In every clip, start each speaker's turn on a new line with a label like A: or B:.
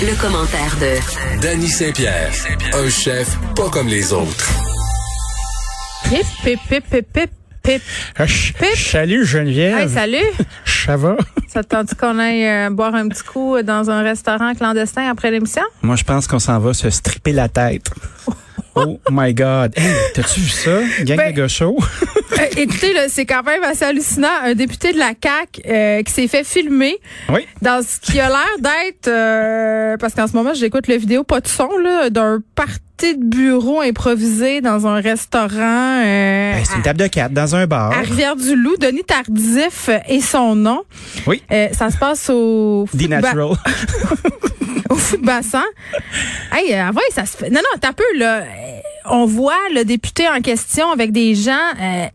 A: Le commentaire de
B: Danny Saint-Pierre, un chef pas comme les autres.
C: Pip, pip, pip, pip, pip, pip.
D: Ah, ch-
C: Pip.
D: Salut Geneviève.
C: Hey, salut!
D: Ça va?
C: Ça te tente qu'on aille euh, boire un petit coup dans un restaurant clandestin après l'émission?
D: Moi, je pense qu'on s'en va se stripper la tête. Oh my God. Hey, t'as-tu vu ça? Gang
C: Ben-
D: de gauchos.
C: Euh, écoutez, là, c'est quand même assez hallucinant. Un député de la CAQ euh, qui s'est fait filmer
D: Oui.
C: dans ce qui a l'air d'être... euh, parce qu'en ce moment, j'écoute la vidéo, pas de son, là, d'un party de bureau improvisé dans un restaurant euh,
D: Ben, c'est une table de quatre dans un bar.
C: à, à Rivière-du-Loup. Denis Tardif et son nom.
D: Oui.
C: Euh, ça se passe au...
D: The
C: football-
D: Natural.
C: au foot bassin. Hey, euh, avant, ça se fait. Non, non, t'as peu, là. Euh, On voit le député en question avec des gens, euh,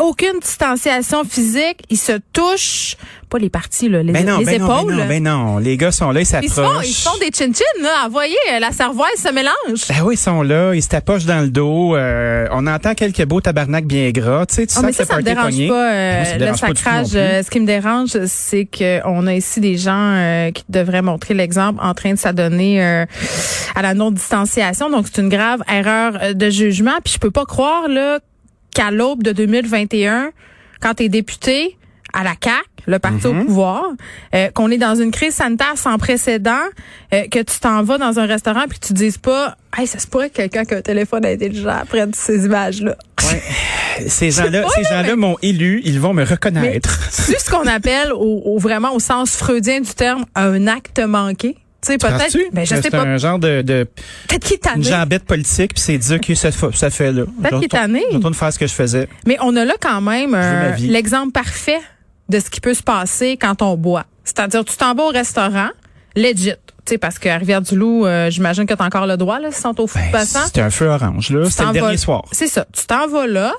C: aucune distanciation physique. Ils se touchent. Pas les parties, là, les,
D: Ben non,
C: les
D: ben non,
C: épaules.
D: ben non, ben non. Les gars sont là, ils
C: ils, se font,
D: s'approchent.
C: ils se font des chin-chin, là. Envoyez, euh, la cervoise se mélange.
D: Ben oui, ils sont là, ils se tapochent dans le dos. euh, on entend quelques beaux tabarnak bien gras. Tu sais, tu
C: Ah,
D: sens
C: mais
D: que
C: ça,
D: le
C: ça me
D: party est
C: dérange
D: pogné.
C: pas, euh,
D: Moi, ça me
C: le
D: dérange pas du tout non
C: sacrage.
D: plus.
C: euh, ce qui me dérange, c'est qu'on a ici des gens euh, qui devraient montrer l'exemple en train de s'adonner euh, à la non-distanciation. Donc, c'est une grave erreur euh, de jugement. Puis, je peux pas croire là qu'à l'aube de 2021, quand tu es député à la CAQ, le parti
D: Mm-hmm.
C: au pouvoir, euh, qu'on est dans une crise sanitaire sans précédent, euh, que tu t'en vas dans un restaurant puis que tu dises pas « Hey, ça se pourrait que quelqu'un qui a un téléphone intelligent prenne ces images-là. »
D: Ces gens-là,
C: pas,
D: ces
C: là,
D: gens-là m'ont élu, ils vont me reconnaître.
C: C'est ce qu'on appelle au, au- vraiment au sens freudien du terme un acte manqué. Tu sais, peut-être.
D: Penses-tu?
C: Ben, je
D: Que
C: sais
D: c'est
C: pas.
D: un genre de- de
C: Peut-être qu'il est tanné.
D: une jambette politique, puis c'est dit, OK, ça, fa- ça fait là.
C: qu'il est tanné.
D: Je retourne faire ce que je faisais.
C: Mais on a là quand même
D: ma
C: euh,
D: vie.
C: l'exemple parfait de ce qui peut se passer quand on boit. C'est-à-dire, tu t'en vas au restaurant, legit. Tu sais, parce qu'à Rivière-du-Loup, euh, j'imagine que t'as encore le droit, là, si sont au foot
D: Ben,
C: passant.
D: c'était un feu orange, là.
C: Bah, Tu
D: C'était
C: t'en
D: le
C: vas-
D: dernier soir.
C: C'est ça. Tu t'en vas là.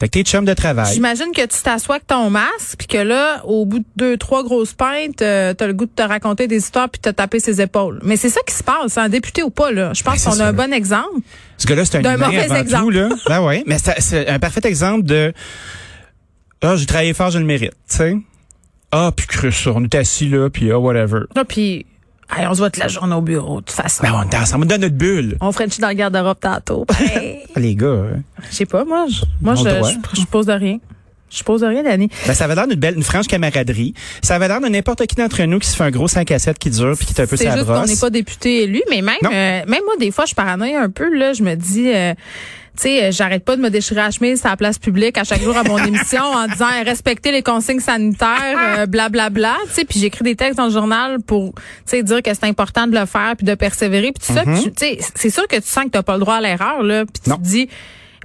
D: Fait que t'es chum de travail.
C: J'imagine que tu t'assois avec ton masque, puis que là, au bout de deux, trois grosses pintes, euh, t'as le goût de te raconter des histoires puis de te taper ses épaules. Mais c'est ça qui se passe, un député ou pas, là. Je pense
D: Ben,
C: qu'on
D: c'est
C: a un
D: ça.
C: bon exemple.
D: Ce gars-là, c'est un
C: D'un
D: humain
C: mauvais
D: avant
C: exemple.
D: tout, là. Ben ouais. Mais c'est- c'est un parfait exemple de, ah, j'ai travaillé fort, je le mérite, tu sais. Ah, puis creux ça. On est assis là, puis ah, whatever.
C: Là, puis, hey, on se voit toute la journée au bureau, de toute façon.
D: Ben, on est ensemble, on est dans notre bulle.
C: On Frenchie dans le garde-robe tantôt. Hey,
D: Ah, Les gars, hein.
C: Je sais pas, moi, je, moi,
D: On
C: je,
D: doit.
C: je, je pose de rien. Je pose de rien, Dani.
D: ben, ça avait l'air d'une belle, une franche camaraderie. Ça avait l'air de n'importe qui d'entre nous qui se fait un gros 5 à 7 qui dure puis qui est un peu
C: C'est
D: sa
C: juste
D: brosse.
C: qu'on n'est pas député élu, mais même
D: Non.
C: euh, même moi des fois je paranoïe un peu là, je me dis euh, tu sais, euh, j'arrête pas de me déchirer la chemise à la place publique à chaque jour à mon émission en disant euh, respecter les consignes sanitaires,
D: Ah!
C: euh, blablabla. tu sais, puis j'écris des textes dans le journal pour tu sais dire que c'est important de le faire puis de persévérer puis tout ça. Puis tu- tu sais, c'est sûr que tu sens que t'as pas le droit à l'erreur là, puis tu
D: Mm-hmm. Non.
C: te dis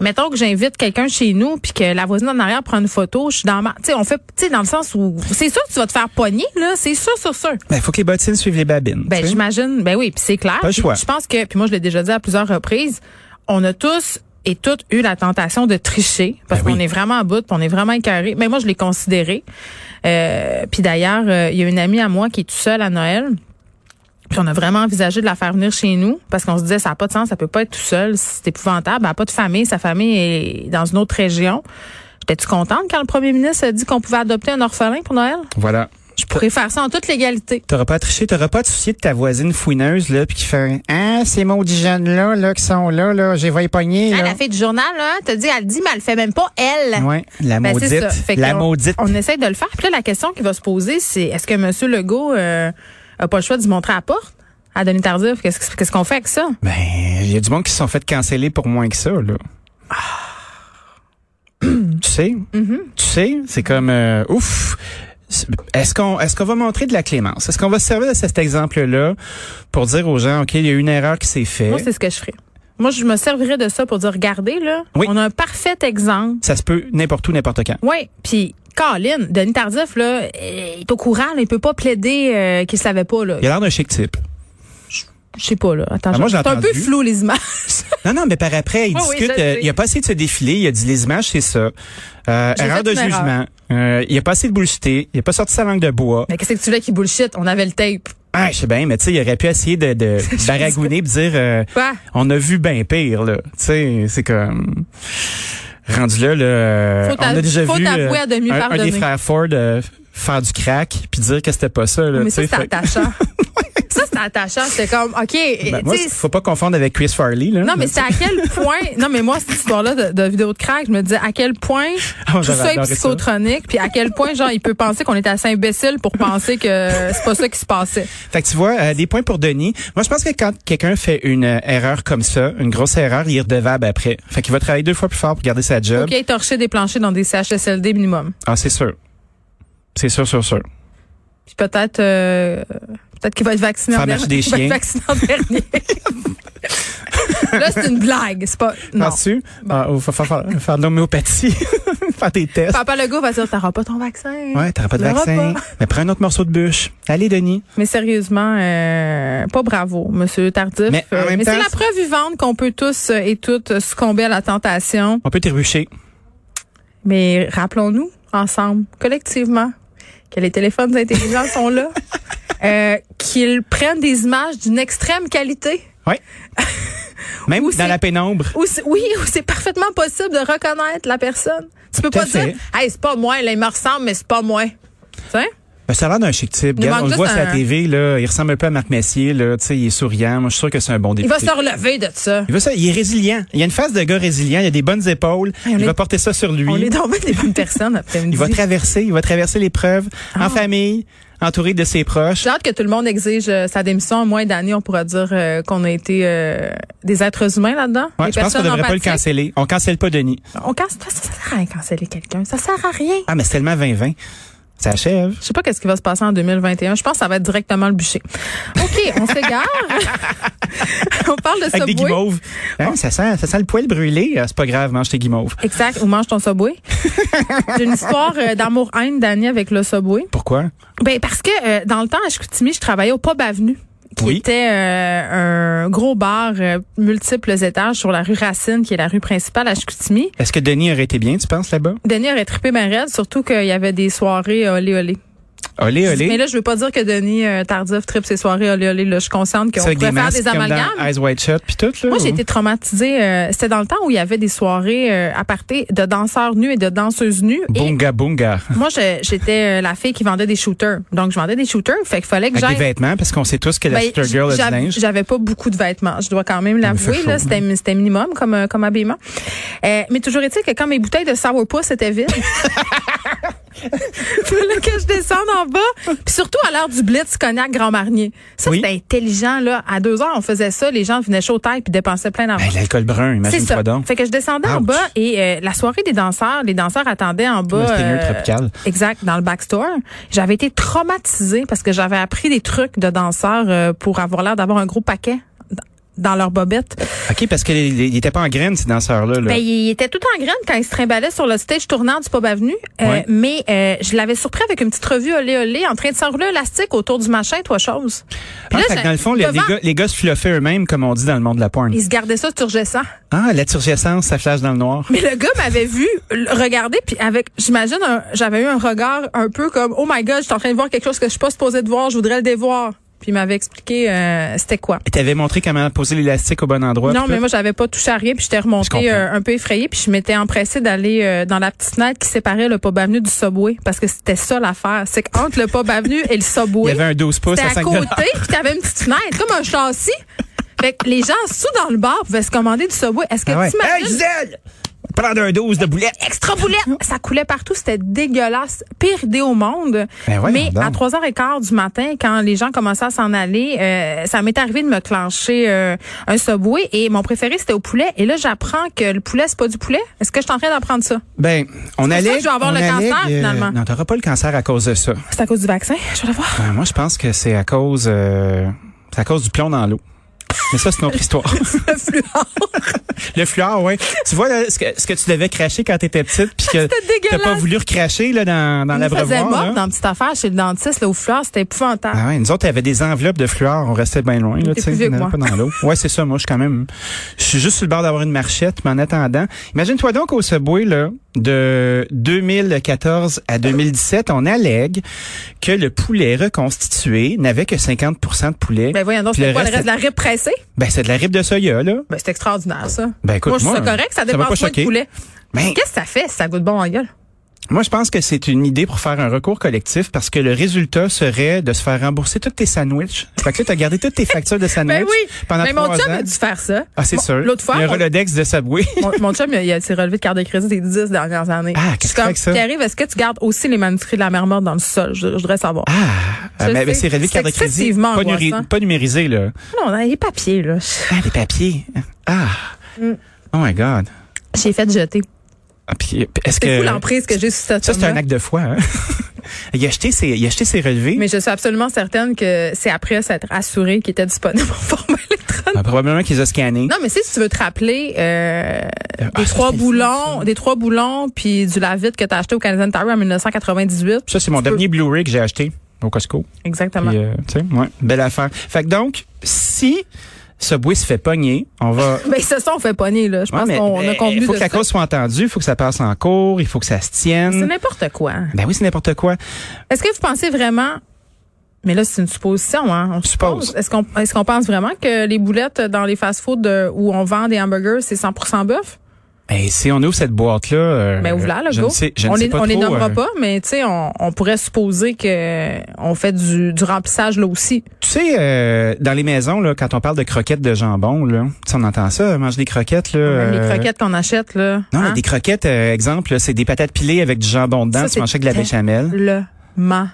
C: mettons que j'invite quelqu'un chez nous puis que la voisine en arrière prend une photo, je suis dans ma tu sais on fait tu sais dans le sens où c'est sûr que tu vas te faire pogner là, c'est sûr sûr sûr.
D: Ben, faut que les bottines suivent les babines.
C: Ben
D: tu sais.
C: j'imagine, ben oui, puis c'est clair.
D: Pas le
C: Puis
D: choix.
C: Je pense que, puis moi je l'ai déjà dit à plusieurs reprises, on a tous et toutes eu la tentation de tricher parce
D: Ben oui.
C: qu'on est vraiment à bout, puis on est vraiment écœuré. Mais moi je l'ai considéré. Euh, puis d'ailleurs, euh, il y a une amie à moi qui est toute seule à Noël. Puis on a vraiment envisagé de la faire venir chez nous parce qu'on se disait ça n'a pas de sens, ça peut pas être tout seul, c'est épouvantable, elle n'a pas de famille, sa famille est dans une autre région. J'étais-tu contente quand le premier ministre a dit qu'on pouvait adopter un orphelin pour Noël?
D: Voilà.
C: Je pourrais faire ça en toute légalité.
D: T'auras pas à tricher, t'auras pas à te soucier de ta voisine fouineuse, là, puis qui fait Ah, ces maudits jeunes-là, là, qui sont là, là, j'ai les pogner,
C: Ah,
D: là.
C: la fille du journal, là, t'as dit, elle dit, mais elle fait même pas elle.
D: Ouais, la
C: Ben, c'est
D: maudite.
C: ça. Fait que
D: La
C: on,
D: maudite.
C: On essaie de le faire. Puis là, la question qui va se poser, c'est est-ce que M. Legault euh, a pas le choix de se montrer à la porte à Denis Tardif? Qu'est-ce que- qu'est-ce qu'on fait avec ça?
D: Ben, il y a du monde qui se sont fait canceller pour moins que ça, là.
C: Ah.
D: tu sais?
C: Mm-hmm.
D: Tu sais? C'est comme, euh, ouf! C'est- Est-ce qu'on est-ce qu'on va montrer de la clémence? Est-ce qu'on va se servir de cet exemple-là pour dire aux gens, OK, il y a eu une erreur qui s'est faite?
C: Moi, c'est ce que je ferais. Moi, je me servirais de ça pour dire, regardez, là,
D: Oui.
C: on a un parfait exemple
D: Ça se peut n'importe où, n'importe quand.
C: Oui, puis Colin, Denis Tardif, là, euh, il est au courant, là, il peut pas plaider euh, qu'il savait pas, là.
D: Il a l'air d'un chic type.
C: Je sais pas, là. Attends,
D: Ah, moi,
C: je-
D: je l'ai
C: c'est un peu
D: entendu.
C: flou, les images.
D: Non, non, mais par après, il
C: Oui, oui,
D: discute.
C: je
D: euh,
C: sais.
D: il a pas essayé de se défiler. Il a dit les images, c'est ça. Euh,
C: J'ai
D: erreur
C: fait
D: de
C: une erreur.
D: jugement. Euh, il a pas essayé de bullshiter. Il a pas sorti sa langue de bois.
C: mais qu'est-ce que tu voulais qui bullshit? On avait le tape.
D: Ah, je sais bien, mais tu sais, il aurait pu essayer de, de baragouiner et dire euh,
C: Quoi?
D: on a vu bien pire, là. Tu sais, c'est comme. Rendu là, là, euh,
C: Faut
D: on
C: t'a-
D: a déjà
C: faut
D: vu euh,
C: t'avouer à demi
D: un, un
C: pardonner.
D: des frères Ford euh, faire du crack puis dire que c'était pas ça. Là,
C: mais
D: tu
C: ça,
D: sais,
C: c'est
D: fait-
C: attachant. ça, c'est attachant. C'était comme, OK.
D: Ben,
C: tu
D: moi,
C: sais,
D: c'est- faut pas confondre avec Chris Farley. Là.
C: non, mais c'est à quel point. Non, mais moi, cette histoire-là de, de vidéo de crack, je me disais à quel point
D: Ah,
C: tout
D: j'aurais
C: ça est
D: adoré ça.
C: psychotronique, puis à quel point, genre, il peut penser qu'on est assez imbécile pour penser que c'est pas ça qui se passait.
D: Fait que tu vois, euh, des points pour Denis. Moi, je pense que quand quelqu'un fait une euh, erreur comme ça, une grosse erreur, il est redevable après. Fait qu'il va travailler deux fois plus fort pour garder sa job.
C: OK, torcher des planchers dans des CHSLD minimum.
D: Ah, c'est sûr. C'est sûr, sûr, sûr.
C: Puis peut-être. euh, Peut-être qu'il va être vacciné en
D: Faire marcher
C: dernier.
D: des
C: Il va être
D: chiens.
C: vacciné en dernier. Là, c'est une blague. C'est pas. Non.
D: Penses-tu? Ah, il va falloir faire, faire de l'homéopathie, faire des tests.
C: Papa Legault va dire T'auras pas ton vaccin.
D: Ouais, t'auras pas de
C: T'auras
D: vaccin.
C: pas.
D: Mais prends un autre morceau de bûche. Allez, Denis.
C: Mais sérieusement, euh, pas bravo, Monsieur Tardif.
D: Mais en
C: Euh,
D: même
C: c'est
D: temps,
C: la
D: c'est-
C: preuve vivante qu'on peut tous euh, et toutes euh, succomber à la tentation.
D: On peut t'érucher.
C: Mais rappelons-nous, ensemble, collectivement, que les téléphones intelligents sont là, euh, qu'ils prennent des images d'une extrême qualité.
D: Ouais. Même
C: Ou c'est-
D: dans la pénombre.
C: Où c'est- oui, où c'est parfaitement possible de reconnaître la personne. Tu peux
D: Tout
C: pas
D: à fait.
C: dire, hey, c'est pas moi, là, il me ressemble, mais c'est pas moi. Tu sais?
D: Ben, ça a l'air d'un chic type.
C: Il
D: Regarde,
C: manque
D: on le voit
C: juste
D: sur la
C: un-
D: TV, là. Il ressemble un peu à Marc Messier, là. Tu sais, il est souriant. Moi, je suis sûr que c'est un bon
C: Il
D: député.
C: va se relever de ça.
D: Il va ça, il est résilient. Il y a une face de gars résilient, il a des bonnes épaules.
C: Hey, on
D: il
C: est-
D: va porter ça sur
C: On est
D: lui.
C: tombé des bonnes personnes après-midi.
D: Il va traverser, il va traverser l'épreuve
C: Ah.
D: en famille, entouré de ses proches.
C: J'ai hâte que tout le monde exige euh, sa démission. En moins d'années, on pourra dire euh, qu'on a été euh, des êtres humains là-dedans.
D: Ouais,
C: des
D: je pense qu'on
C: personnes
D: devrait pas le
C: empathiques.
D: canceller. On cancelle pas Denis.
C: On cancelle. Ça, ça sert à rien canceller quelqu'un. Ça sert à rien.
D: Ah, mais c'est tellement 20-20. Ça achève.
C: Je sais pas qu'est-ce qui va se passer en 2021. Je pense que ça va être directement le bûcher. OK, on s'égare. on parle de
D: Avec des
C: Subway.
D: guimauves.
C: Oh.
D: Hein, ça, sent, ça sent le poil brûlé. Ah, C'est pas grave, mange tes guimauves.
C: Exact, ou mange ton Subway. J'ai une histoire euh, d'amour-haine d'année avec le Subway.
D: Pourquoi?
C: Ben parce que euh, dans le temps à Chicoutimi, je travaillais au Pub Avenue qui
D: Oui.
C: était euh, un gros bar euh, multiples étages sur la rue Racine qui est la rue principale à Chicoutimi.
D: Est-ce que Denis aurait été bien, tu penses, là-bas?
C: Denis aurait trippé ma raide, surtout qu'il y avait des soirées euh, olé olé.
D: Olé,
C: Mais
D: olé.
C: là, je veux pas dire que Denis euh, Tardif trippe ses soirées olé olé. Là, je suis consciente qu'on
D: C'est
C: pourrait
D: avec des
C: faire
D: masques
C: des
D: comme
C: amalgames.
D: dans Eyes Wide Shut puis tout, là.
C: Moi, j'ai
D: ou-
C: été traumatisée. euh, C'était dans le temps où il y avait des soirées euh, à partir de danseurs nus et de danseuses nues. Et
D: Bunga, bunga.
C: moi, je- j'étais euh, la fille qui vendait des shooters. Donc, je vendais des shooters. Fait qu'il fallait que
D: Avec des
C: j'aille
D: vêtements, parce qu'on sait tous que la
C: Ben,
D: Sister Girl a du
C: j'av-
D: linge.
C: J'avais pas beaucoup de vêtements. Je dois quand même l'avouer.
D: fait
C: là,
D: chaud.
C: C'était c'était minimum comme, euh, comme habillement. Euh, mais toujours est-il que quand mes bouteilles de sourpuss étaient vides, fallait que je descende en bas. Puis surtout à l'heure du blitz cognac Grand Marnier. Ça,
D: Oui.
C: c'était intelligent. là. À deux heures, on faisait ça. Les gens venaient chaud taille puis dépensaient plein d'argent.
D: Ben, l'alcool brun,
C: C'est ça.
D: imagine-toi donc.
C: Fait que je descendais en
D: Ouch.
C: bas et euh, la soirée des danseurs, les danseurs attendaient en bas. euh,
D: le stinger tropical.
C: Exact, dans le backstore. J'avais été traumatisée parce que j'avais appris des trucs de danseurs euh, pour avoir l'air d'avoir un gros paquet d- dans leur bobette.
D: OK, parce qu'il était pas en graine, ces danseurs-là. là.
C: Ben, il était tout en graine quand il se trimballait sur le stage tournant du Pub Avenue. Euh,
D: Ouais.
C: Mais euh, je l'avais surpris avec une petite revue olé olé en train de s'enrouler un élastique autour du machin, toi chose. Puis
D: Ah,
C: là,
D: fait que
C: j'ai-
D: dans le fond, les, les
C: devant-
D: gars, les gars se fluffaient eux-mêmes, comme on dit dans le monde de la porn.
C: Ils se gardaient ça turgescent.
D: Ah, la turgescence, ça flash dans le noir.
C: Mais le gars m'avait vu le regarder puis avec j'imagine un- j'avais eu un regard un peu comme oh my god, je suis en train de voir quelque chose que je suis pas supposée de voir, je voudrais le dévoir. Puis il m'avait expliqué euh, c'était quoi.
D: Et t'avais montré comment poser l'élastique au bon endroit.
C: Non,
D: puis
C: mais
D: tout.
C: moi j'avais pas touché à rien puis j'étais
D: Je
C: remontée
D: comprends.
C: euh, un peu effrayée puis je m'étais empressée d'aller euh, dans la petite fenêtre qui séparait le pub avenue du Subway parce que c'était ça l'affaire, c'est qu'entre le pub avenue et le
D: Il y
C: Subway,
D: avait un 12 pouces
C: c'était
D: à
C: à
D: 5
C: côté puis t'avais une petite fenêtre comme un châssis. Fait que les gens sous dans le bar pouvaient se commander du Subway. Est-ce que
D: Ah ouais.
C: tu
D: Hey,
C: imagines
D: Gisèle! Prendre un 12 de boulette.
C: extra boulette. Ça coulait partout, c'était dégueulasse. Pire idée au monde.
D: Ben voyons
C: Mais
D: donc.
C: à 3h15 du matin, quand les gens commençaient à s'en aller, euh, ça m'est arrivé de me clencher euh, un subway et mon préféré c'était au poulet. Et là, j'apprends que le poulet, c'est pas du poulet. Est-ce que je suis en train d'apprendre ça?
D: Ben, on
C: pour ça
D: allait.
C: que je vais avoir
D: on
C: le
D: allait, euh,
C: cancer, finalement.
D: Non, t'auras pas le cancer à cause de ça.
C: C'est à cause du vaccin? Je vais le voir.
D: Ben, moi, je pense que c'est à cause, euh, c'est à cause du plomb dans l'eau. Mais ça, c'est notre histoire.
C: Le fluor.
D: Le fluor, oui. Tu vois là, ce, que, ce que tu devais cracher quand t'étais petite, puis que
C: C'était
D: t'as pas
C: dégueulasse.
D: voulu recracher là dans dans
C: Il me faisait hein.
D: l'abreuvoir.
C: mort
D: là.
C: dans une petite affaire chez le dentiste, là, au fluor. C'était épouvantable.
D: Ah ouais, nous autres, il y avait des enveloppes de fluor, on restait bien loin. Là,
C: T'es
D: tu sais,
C: plus vieux
D: on
C: que
D: n'allait
C: moi.
D: pas dans l'eau. Ouais, c'est ça, moi, je suis quand même. Je suis juste sur le bord d'avoir une marchette, mais en attendant. Imagine-toi donc au Subway, là, de 2014 à 2017, on allègue que le poulet reconstitué n'avait que 50 de poulet.
C: Ben voyons donc,
D: Puis
C: c'était quoi le
D: reste,
C: reste de la rib pressée?
D: Ben, c'est de la ribe de soya, là.
C: Ben c'est extraordinaire, ça.
D: Ben, écoute,
C: moi, je trouve
D: moi,
C: ça correct, ça
D: ça m'a
C: dépend
D: pas
C: pas de
D: choqué.
C: poulet.
D: Ben,
C: Qu'est-ce que ça fait si ça goûte bon en gueule?
D: Moi, je pense que c'est une idée pour faire un recours collectif parce que le résultat serait de se faire rembourser tous tes sandwichs. Fait que tu as gardé toutes tes factures de sandwich
C: Ben oui.
D: pendant
C: Mais mon
D: trois
C: chum
D: ans.
C: a dû faire ça.
D: Ah, c'est
C: Mon-
D: sûr.
C: L'autre fois,
D: Le
C: on-
D: Rolodex de Subway.
C: mon, mon chum, il a ses relevés de carte de crédit des 10 dernières années.
D: Ah,
C: Je suis
D: qu'est-ce que tu fais
C: comme,
D: avec ça?
C: Pierre-Yves, est-ce que tu gardes aussi les manuscrits de la mer morte dans le sol? Je, je voudrais savoir.
D: Ah,
C: Je
D: mais,
C: sais.
D: mais c'est relevé de carte de
C: C'est
D: crédit.
C: excessivement
D: Pas, nuri-
C: angoissant. Mm.
D: pas numérisé, là.
C: Non, on a les papiers, là.
D: Ah, les papiers. Ah.
C: Mm.
D: Oh my God.
C: J'ai fait jeter.
D: Ah, puis, est-ce
C: C'est
D: que.
C: fou l'emprise que j'ai sur cette
D: ça, c'est un
C: homme-là.
D: acte de foi, hein? il, a acheté ses, il a acheté ses relevés.
C: Mais je suis absolument certaine que c'est après s'être assuré qu'il était disponible en format électronique.
D: Ah, probablement qu'ils ont scanné.
C: Non, mais si tu veux te rappeler euh,
D: Euh,
C: des
D: ah, ça,
C: trois
D: c'est
C: boulons, des trois boulons puis du lavite que t'as acheté au Canadian Tower en 1998.
D: Ça, c'est mon
C: Tu peux-
D: dernier Blu-ray que j'ai acheté au Costco.
C: Exactement.
D: Puis, euh, tu sais, ouais, belle affaire. Fait que donc, si Subway se fait pogner, on va.
C: Mais ce sont fait pogner, là. Je
D: euh, Ouais,
C: pense
D: mais-
C: qu'on a
D: mais
C: convenu
D: Il faut
C: de
D: que la
C: ça.
D: cause soit entendue, il faut que ça passe en cours, il faut que ça se
C: C'est
D: tienne.
C: n'importe quoi.
D: Ben oui, c'est n'importe quoi.
C: Est-ce que vous pensez vraiment mais là, c'est une supposition, hein. On
D: Suppose.
C: suppose. Est-ce qu'on est-ce qu'on pense vraiment que les boulettes dans les fast-foods euh, où on vend des hamburgers, c'est 100% bœuf?
D: Et Ben, si on ouvre cette boîte-là. euh,
C: Ben, ouvre-la, là,
D: je
C: go.
D: ne sais- je ne
C: on
D: sais
C: les,
D: pas
C: on les
D: trop,
C: nommera
D: euh,
C: pas, mais tu sais, on, on pourrait supposer que on fait du, du remplissage là aussi.
D: Tu sais, euh, dans les maisons, là, quand on parle de croquettes de jambon, là, tu sais, on entend ça, mange des croquettes. Là,
C: Même
D: euh,
C: les croquettes qu'on achète là.
D: Non, mais
C: hein,
D: des croquettes, euh, exemple, là, c'est des patates pilées avec du jambon dedans,
C: Ça,
D: tu
C: c'est
D: manges avec de la
C: très-
D: béchamel.
C: Le ma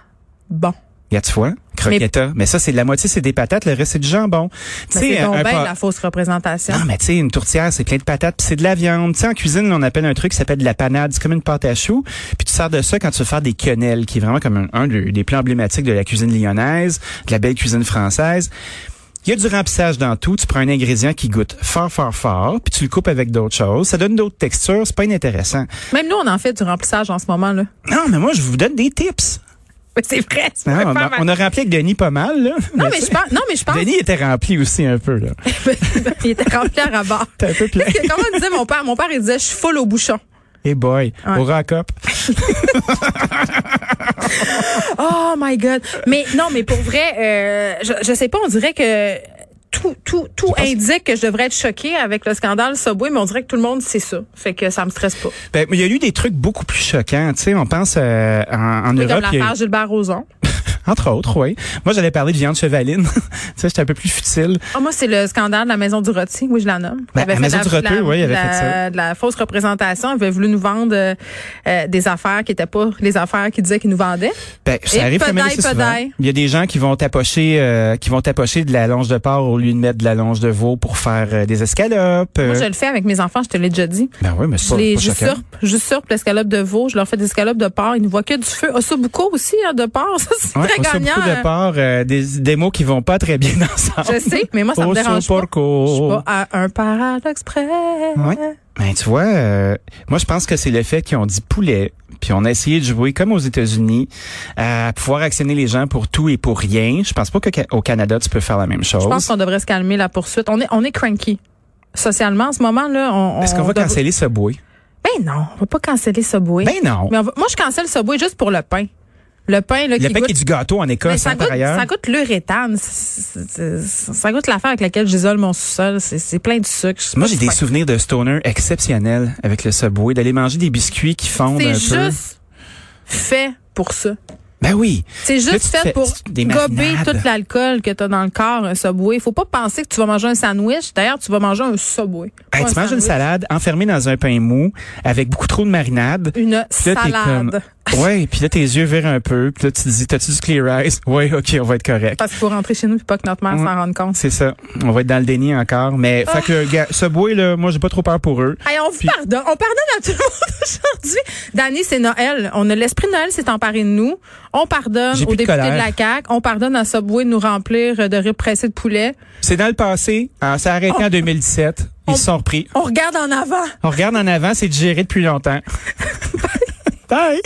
C: bon.
D: Y a-tu fois? Croquetta. Mais, ça, c'est de la moitié, c'est des patates, le reste, c'est du jambon. Tu
C: Mais
D: sais,
C: Ben, c'est donc
D: un
C: bien
D: pa-
C: la fausse représentation.
D: Non, mais tu sais, une tourtière, c'est plein de patates, puis c'est de la viande. Tu sais, en cuisine, on appelle un truc qui s'appelle de la panade. C'est comme une pâte à choux. Puis tu sers de ça quand tu veux faire des quenelles, qui est vraiment comme un, un de- des plats emblématiques de la cuisine lyonnaise, de la belle cuisine française. Il y a du remplissage dans tout. Tu prends un ingrédient qui goûte fort, fort, fort, puis tu le coupes avec d'autres choses. Ça donne d'autres textures. C'est pas inintéressant.
C: Même nous, on en fait du remplissage en ce moment là.
D: Non, mais moi, je vous donne des tips.
C: Mais c'est vrai. c'est
D: Non,
C: pas
D: on, a,
C: mal.
D: on a rempli avec Denis pas mal, là.
C: non
D: Mais
C: mais
D: tu
C: je pense. Non mais je
D: sais,
C: pense.
D: Denis était rempli aussi un peu, là.
C: il était rempli à rabord.
D: T'es un peu plein.
C: Comment disait mon père Mon père il disait je suis full au bouchon.
D: hey boy,
C: Ouais.
D: au rack up.
C: Oh my God. Mais non, mais pour vrai, euh, je, je sais pas, on dirait que tout, tout, tout indique que je devrais être choquée avec le scandale Subway, mais on dirait que tout le monde sait ça. Fait que ça me stresse pas.
D: Ben, mais il y a eu des trucs beaucoup plus choquants. Tu sais, on pense euh, en, en
C: C'est
D: Europe,
C: comme
D: il y a eu-
C: l'affaire Gilbert Rozon.
D: entre autres, oui. Moi, j'allais parler de viande chevaline. tu sais, j'étais un peu plus futile.
C: Ah, moi, c'est le scandale de la Maison du Rôti. Oui, je la nomme. Elle
D: Ben,
C: avait
D: la
C: fait
D: Maison
C: de
D: du Rôti,
C: de la-
D: oui, elle avait
C: de la-
D: fait ça.
C: De la fausse représentation. Elle avait voulu nous vendre euh, euh, des affaires qui étaient pas les affaires qu'ils disaient qu'ils nous vendaient.
D: Ben,
C: Et
D: ça arrive quand même
C: pedaille,
D: assez souvent.
C: pedaille.
D: Il y a des gens qui vont tapocher, euh, qui vont tapocher de la longe de porc au lieu de mettre de la longe de veau pour faire euh, des escalopes. euh.
C: Moi, je le fais avec mes enfants, je te l'ai déjà dit.
D: Ben oui, mais c'est
C: Je
D: pas,
C: les
D: pas choquant.
C: j'usurpe, j'usurpe l'escalope de veau, je leur fais des escalopes de porc, ils ne voient que du feu. Ossobuco aussi, hein, de porc, ça c'est
D: Ouais,
C: très
D: on sait
C: gagnant.
D: beaucoup de
C: hein.
D: porc, euh, des, des mots qui vont pas très bien ensemble.
C: Je sais, mais moi ça me
D: Osso
C: dérange pas.
D: porco.
C: Je suis pas à un paradoxe près.
D: Ouais. Ben, tu vois, euh, moi, je pense que c'est le fait qu'ils ont dit poulet, puis on a essayé de jouer, comme aux États-Unis, à pouvoir actionner les gens pour tout et pour rien. Je pense pas qu'au Canada, tu peux faire la même chose.
C: Je pense qu'on devrait se calmer la poursuite. On est on est cranky. Socialement, en ce moment là, on, on
D: Est-ce qu'on va
C: devrait-
D: canceller ce bouet?
C: Ben non, on va pas canceller Subway.
D: Ben non.
C: Mais on va- moi je cancelle Subway juste pour le pain. Le pain là
D: Le
C: qui
D: pain
C: goûte
D: qui est du gâteau en
C: Mais
D: Écosse,
C: ça,
D: hein,
C: goûte,
D: par ailleurs.
C: ça goûte l'urétane. C'est- c'est- c'est- Ça goûte l'affaire avec laquelle j'isole mon sous-sol. C'est c'est plein de sucre. Je sais
D: Moi,
C: pas
D: j'ai
C: si
D: des
C: ça-
D: souvenirs de stoner exceptionnels avec le Subway, d'aller manger des biscuits qui fondent un
C: C'est
D: peu.
C: juste fait pour ça.
D: Ben oui.
C: C'est
D: Là, tu
C: juste
D: te fais
C: fait pour
D: des
C: gober
D: marinades.
C: tout l'alcool que t'as dans le corps, un Subway. Faut pas penser que tu vas manger un sandwich. D'ailleurs, tu vas manger un Subway.
D: Hey,
C: Pas
D: tu
C: un
D: manges une
C: sandwich.
D: salade enfermée dans un pain mou avec beaucoup trop de marinade.
C: Une
D: Puis là, t'es
C: salade.
D: comme. Ouais, puis là, tes yeux virent un peu. Puis là, tu te dis, t'as-tu du clear eyes? Ouais, OK, on va être correct.
C: Parce qu'il faut rentrer chez nous et pas que notre mère
D: Ouais.
C: s'en rende compte.
D: C'est ça. On va être dans le déni encore. Mais, fait que, gars, Subway, là, moi, j'ai pas trop peur pour eux.
C: Hey, on vous
D: Puis-
C: pardonne. On pardonne à tout le monde aujourd'hui. Danny, c'est Noël. On a l'esprit de Noël s'est emparé de nous. On pardonne
D: J'ai
C: aux
D: plus de
C: députés de,
D: colère.
C: la CAQ. On pardonne à Subway de nous remplir euh, de riz pressé de poulet.
D: C'est dans le passé. Alors, ça a arrêté en 2017. Ils
C: on-
D: se sont repris.
C: On regarde en avant.
D: On regarde en avant, c'est digéré depuis longtemps. Bye!